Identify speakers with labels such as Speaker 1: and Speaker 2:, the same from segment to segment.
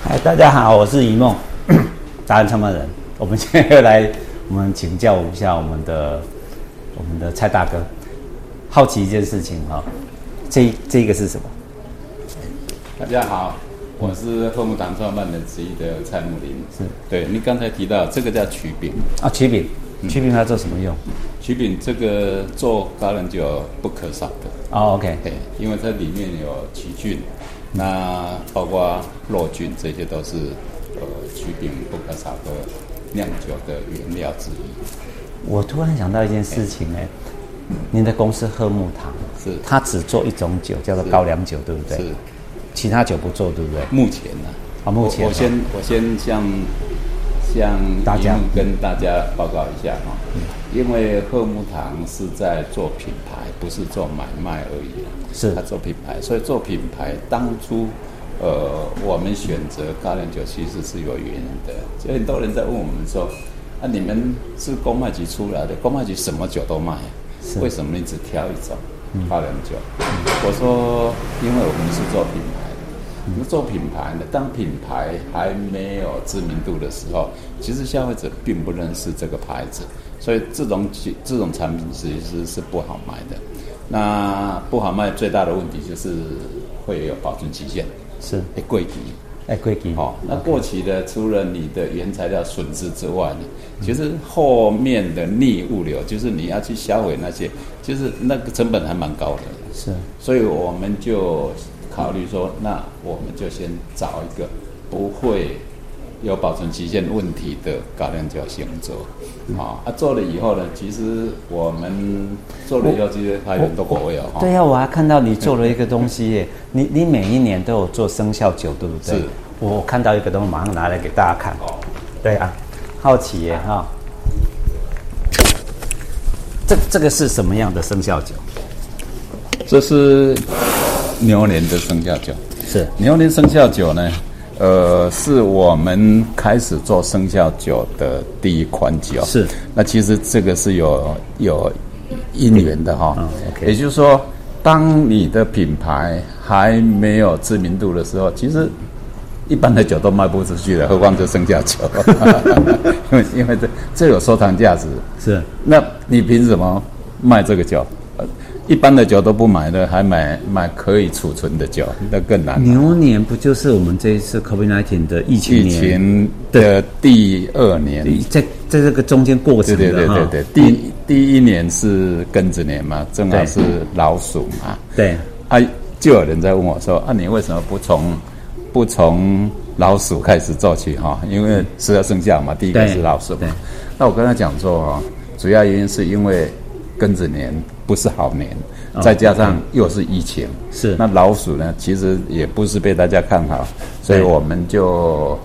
Speaker 1: 嗨，哎大家好，我是一 梦，达人创办人。我们现在又来，我们请教一下我们的我们的蔡大哥，好奇一件事情哈、这这个是什么？
Speaker 2: 大家好，我是贺木堂创办人之一的蔡木林。
Speaker 1: 是
Speaker 2: 对你刚才提到这个叫曲饼，
Speaker 1: 啊，曲饼，
Speaker 2: 嗯
Speaker 1: 曲饼它做什么用？
Speaker 2: 曲饼这个做高粱酒不可少的，
Speaker 1: 哦，OK，
Speaker 2: 嘿，因为它里面有曲菌，
Speaker 1: 嗯
Speaker 2: 那包括肉菌，这些都是呃曲饼不可少的酿酒的原料之一。
Speaker 1: 我突然想到一件事情哎、您的公司贺木堂
Speaker 2: 是
Speaker 1: 它只做一种酒，叫做
Speaker 2: 是
Speaker 1: 高粱酒，对不对？
Speaker 2: 是
Speaker 1: 其他酒不做，对不对？
Speaker 2: 目前呢、
Speaker 1: 啊目前
Speaker 2: 我我先我先向向
Speaker 1: 大家嗯
Speaker 2: 荧幕跟大家报告一下哈、因为贺木堂是在做品牌，不是做买卖而已啊，
Speaker 1: 是
Speaker 2: 他做品牌，所以做品牌当初。呃，我们选择高粱酒其实是有原因的，就很多人在问我们说，啊，你们是公卖局出来的，公卖局什么酒都卖啊、
Speaker 1: 是嗯
Speaker 2: 为什么你只挑一种高粱酒？我说，因为我们是做品牌的，我们做品牌的，当品牌还没有知名度的时候，其实消费者并不认识这个牌子，所以这种酒这种产品其实是不好卖的。那不好卖最大的问题就是会有保存期限，
Speaker 1: 是，
Speaker 2: 会贵期。
Speaker 1: 哎，贵吉，
Speaker 2: 哦，那过期的除了你的原材料损失之外呢，其实后面的逆物流，就是你要去销毁那些，就是那个成本还蛮高的。
Speaker 1: 是
Speaker 2: 所以我们就考虑说，那我们就先找一个不会有保存期限问题的高粱酒先做。
Speaker 1: 嗯
Speaker 2: 啊、啊，做了以后呢，其实我们做了以后，其实还有很多口味哦。哈
Speaker 1: 对呀、我还看到你做了一个东西耶，你你每一年都有做生肖酒，对不对？
Speaker 2: 是
Speaker 1: 我看到一个东西，马上拿来给大家看。
Speaker 2: 哦
Speaker 1: 对啊，好奇耶哈、这这个是什么样的生肖酒？
Speaker 2: 这是牛年的生肖酒。
Speaker 1: 是
Speaker 2: 牛年生肖酒呢，呃，是我们开始做生肖酒的第一款酒。
Speaker 1: 是
Speaker 2: 那其实这个是有有因缘的哈、
Speaker 1: 嗯，OK
Speaker 2: 也就是说，当你的品牌还没有知名度的时候，其实一般的酒都卖不出去的，何况这生 肖酒？因为因为这这有收藏价值。
Speaker 1: 是
Speaker 2: 那你凭什么卖这个酒？呃一般的酒都不买的，还买买可以储存的酒，那更难。
Speaker 1: 牛年不就是我们这一次 COVID-19 的疫情
Speaker 2: 疫
Speaker 1: 年？
Speaker 2: 情的第二年，
Speaker 1: 你在在这个中间过程
Speaker 2: 对
Speaker 1: 的
Speaker 2: 对对对
Speaker 1: 哈
Speaker 2: 对，第第一年是庚子年嘛，正好
Speaker 1: 对
Speaker 2: 是老鼠嘛，
Speaker 1: 对
Speaker 2: 啊，就有人在问我说啊，你为什么不从不从老鼠开始做起哈、因为十二生肖嘛，第一个
Speaker 1: 对
Speaker 2: 是老鼠嘛
Speaker 1: 对。
Speaker 2: 那我跟他讲说哦，主要原因是因为庚子年不是好年，再加上又是疫情，
Speaker 1: 哦是
Speaker 2: 那老鼠呢，其实也不是被大家看好，所以
Speaker 1: 对
Speaker 2: 我们就。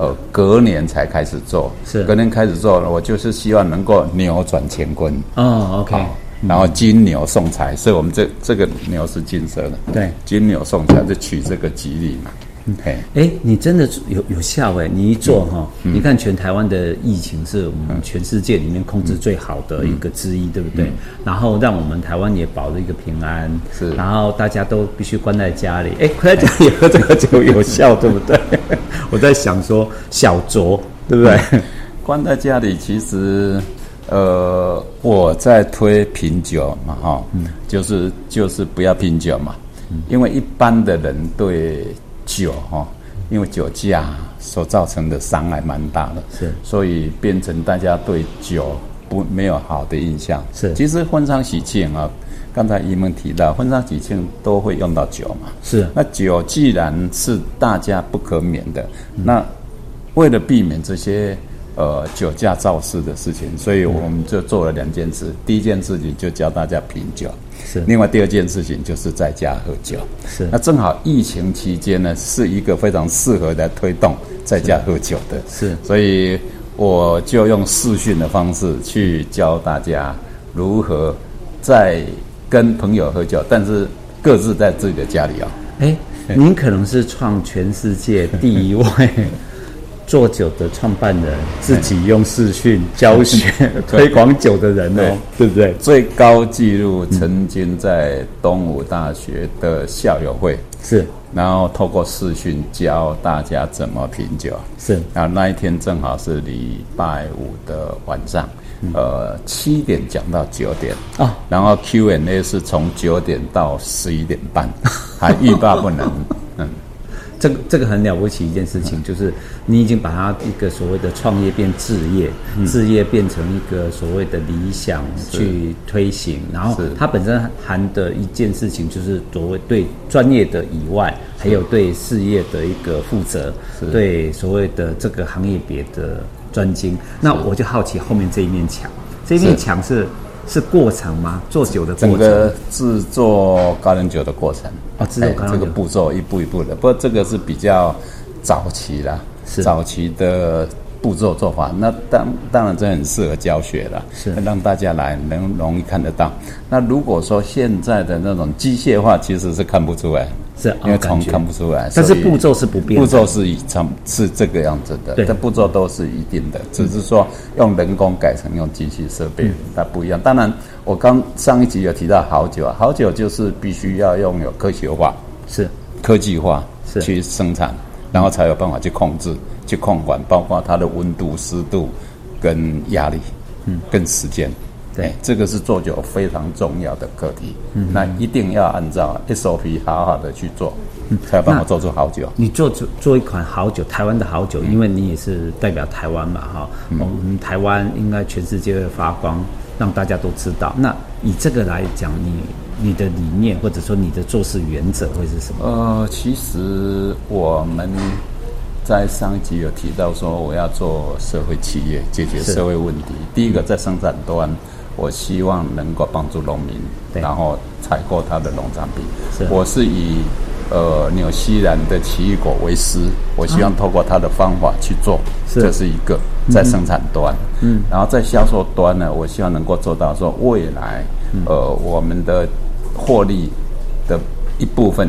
Speaker 2: 呃，隔年才开始做，
Speaker 1: 是
Speaker 2: 隔年开始做呢，我就是希望能够扭转乾坤。
Speaker 1: 哦，OK，
Speaker 2: 好，然后金牛送财，所以我们这这个牛是金色的，
Speaker 1: 对
Speaker 2: 金牛送财就取这个吉利嘛，嘿，
Speaker 1: 哎，你真的有有效哎！你一做哈、你看全台湾的疫情是我们全世界里面控制最好的一个之一，对不对？然后让我们台湾也保了一个平安，
Speaker 2: 是
Speaker 1: 然后大家都必须关在家里，哎，关在家里喝这个酒有效，对不对？我在想说小酌，对不对？
Speaker 2: 关在家里其实，呃，我在推品酒嘛，哈、
Speaker 1: 嗯
Speaker 2: 就是就是不要品酒嘛，因为一般的人对酒哈、因为酒驾所造成的伤害蛮大的，
Speaker 1: 是
Speaker 2: 所以变成大家对酒不没有好的印象。
Speaker 1: 是
Speaker 2: 其实婚丧喜庆啊，刚才一梦提到婚丧喜庆都会用到酒嘛，
Speaker 1: 是
Speaker 2: 那酒既然是大家不可免的，
Speaker 1: 嗯
Speaker 2: 那为了避免这些呃酒驾肇事的事情，所以
Speaker 1: 嗯
Speaker 2: 我们就做了两件事。第一件事情就教大家品酒，
Speaker 1: 是
Speaker 2: 另外第二件事情就是在家喝酒。
Speaker 1: 是
Speaker 2: 那正好疫情期间呢，是一个非常适合来推动在家喝酒的。
Speaker 1: 是
Speaker 2: 所以我就用视讯的方式去教大家如何在跟朋友喝酒，但是各自在自己的家里哦。
Speaker 1: 哎，您可能是创全世界第一位做酒的创办人自己用视讯教学推广酒的人哦，对不对？
Speaker 2: 最高纪录曾经在东吴大学的校友会，
Speaker 1: 是
Speaker 2: 然后透过视讯教大家怎么品酒。
Speaker 1: 是
Speaker 2: 啊，那一天正好是礼拜五的晚上，呃，七点讲到九点
Speaker 1: 啊，
Speaker 2: 然后 Q&A 是从九点到十一点半，还欲罢不能。嗯，
Speaker 1: 这个这个很了不起一件事情，就是你已经把它一个所谓的创业变置业，
Speaker 2: 嗯
Speaker 1: 置业变成一个所谓的理想去推行，然后
Speaker 2: 是
Speaker 1: 它本身含的一件事情就是所谓对专业的以外，还有对事业的一个负责，对所谓的这个行业别的专精。那我就好奇后面这一面墙，这一面
Speaker 2: 是
Speaker 1: 墙是是过程吗？做酒的
Speaker 2: 整
Speaker 1: 过程
Speaker 2: 个制作高粱酒的过程哎
Speaker 1: 哦制作高粱酒
Speaker 2: 这个步骤一步一步的，不过这个是比较早期啦，
Speaker 1: 是
Speaker 2: 早期的步骤做法。那当当然这很适合教学啦，
Speaker 1: 是
Speaker 2: 让大家来能容易看得到。那如果说现在的那种机械化，其实是看不出来，
Speaker 1: 是
Speaker 2: 因为
Speaker 1: 哦感
Speaker 2: 从
Speaker 1: 觉
Speaker 2: 看不出来，
Speaker 1: 但是
Speaker 2: 所以
Speaker 1: 步骤是不变的
Speaker 2: 步骤是以常是这个样子的
Speaker 1: 对，嗯
Speaker 2: 但步骤都是一定的，只是说用人工改成用机器设备，它不一样。当然，我刚上一集有提到好酒啊，好酒就是必须要用有科学化、
Speaker 1: 是
Speaker 2: 科技化
Speaker 1: 是
Speaker 2: 去生产，然后才有办法去控制、去控管，包括它的温度、湿度跟压力，嗯，跟时间。
Speaker 1: 对
Speaker 2: 哎这个是做酒非常重要的课题。嗯，那一定要按照 SOP 好好的去做，才有办法做出好酒。
Speaker 1: 你做做做一款好酒，台湾的好酒，因为你也是代表台湾嘛，哈、我们台湾应该全世界会发光，让大家都知道。那以这个来讲，你你的理念或者说你的做事原则会是什么？
Speaker 2: 呃，其实我们在上一集有提到说，我要做社会企业，解决
Speaker 1: 是
Speaker 2: 社会问题。第一个在生产端，我希望能够帮助农民，
Speaker 1: 对
Speaker 2: 然后采购他的农产品。
Speaker 1: 是
Speaker 2: 我是以呃纽西兰的奇异果为师，我希望透过他的方法去做，
Speaker 1: 是
Speaker 2: 这是一个在生产端。嗯，然后在销售端呢，我希望能够做到说未来，
Speaker 1: 嗯
Speaker 2: 呃，我们的获利的一部分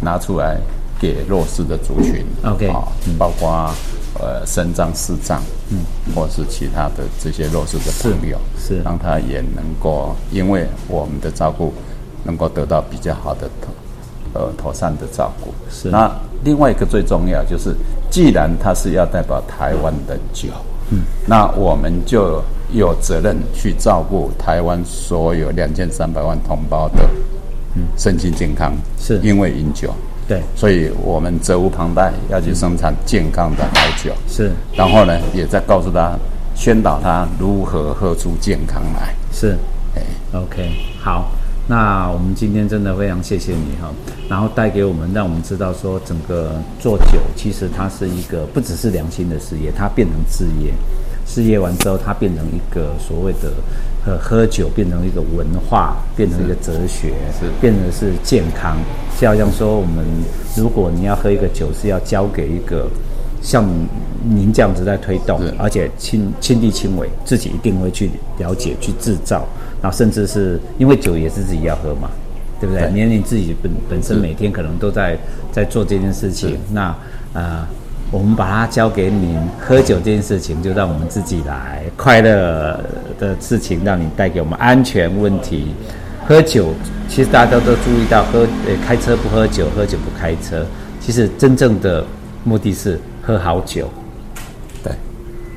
Speaker 2: 拿出来给弱势的族群
Speaker 1: OK，嗯
Speaker 2: 啊包括呃身障、视障，嗯，或是其他的这些弱势的朋友，
Speaker 1: 是是
Speaker 2: 让他也能够因为我们的照顾，能够得到比较好的妥呃妥善的照顾。
Speaker 1: 是
Speaker 2: 那另外一个最重要就是，既然他是要代表台湾的酒，嗯，那我们就有责任去照顾台湾所有两千三百万同胞的。身心健康，
Speaker 1: 嗯是
Speaker 2: 因为饮酒，
Speaker 1: 对，
Speaker 2: 所以我们责无旁贷要去生产健康的好酒。
Speaker 1: 是
Speaker 2: 然后呢，也在告诉他，宣导他如何喝出健康来。
Speaker 1: 是
Speaker 2: 哎，
Speaker 1: ，OK，好。那我们今天真的非常谢谢你哈，然后带给我们，让我们知道说整个做酒其实它是一个不只是良心的事业，它变成事业，事业完之后它变成一个所谓的呃喝酒变成一个文化，变成一个哲学，
Speaker 2: 是
Speaker 1: 变成是健康。就好像说我们如果你要喝一个酒是要交给一个像您这样子在推动
Speaker 2: 是，
Speaker 1: 而且亲亲力亲为，自己一定会去了解、去制造，然后甚至是因为酒也是自己要喝嘛，对不对？
Speaker 2: 对
Speaker 1: 你你自己本本身每天可能都在在做这件事情，那呃，我们把它交给您，喝酒这件事情就让我们自己来，快乐的事情让你带给我们安全问题。喝酒，其实大家都注意到喝，呃，开车不喝酒，喝酒不开车。其实真正的目的是喝好酒，
Speaker 2: 对，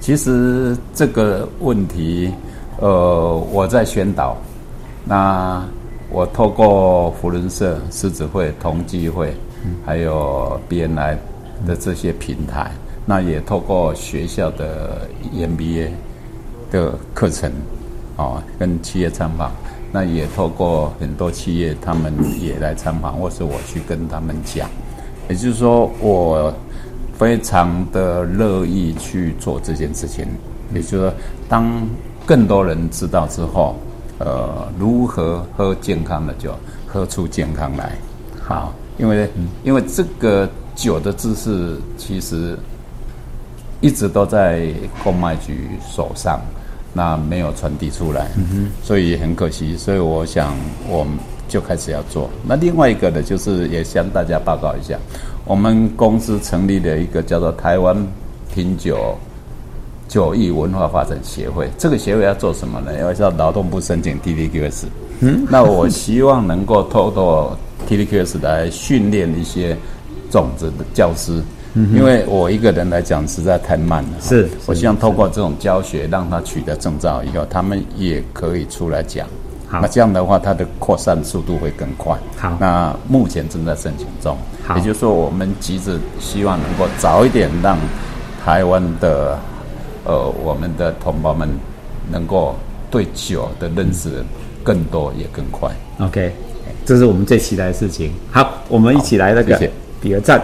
Speaker 2: 其实这个问题，呃，我在宣导。那我透过福伦社、狮子会、同济会，还有 BNI 的这些平台，那也透过学校的 E MBA 的课程，哦，跟企业参访，那也透过很多企业，他们也来参访，或是我去跟他们讲。也就是说，我非常的乐意去做这件事情。也就是说，当更多人知道之后，呃，如何喝健康的酒，喝出健康来。好，因为、因为这个酒的知识其实一直都在购买局手上，那没有传递出来，所以很可惜。所以我想，我们就开始要做。那另外一个呢，就是也向大家报告一下，我们公司成立了一个叫做台湾品酒酒艺文化发展协会。这个协会要做什么呢？要向劳动部申请 TDQS。嗯，那我希望能够透过 TDQS 来训练一些种子的教师。因为我一个人来讲实在太慢了，
Speaker 1: 嗯是
Speaker 2: 我希望透过这种教学，让他取得证照以后，他们也可以出来讲。
Speaker 1: 好
Speaker 2: 那这样的话，它的扩散速度会更快。
Speaker 1: 好
Speaker 2: 那目前正在申请中。
Speaker 1: 好
Speaker 2: 也就是说，我们急着希望能够早一点让台湾的呃我们的同胞们能够对酒的认识更多也更快。
Speaker 1: OK，这是我们最期待的事情。好，我们一起来那个
Speaker 2: 谢谢
Speaker 1: 比个赞。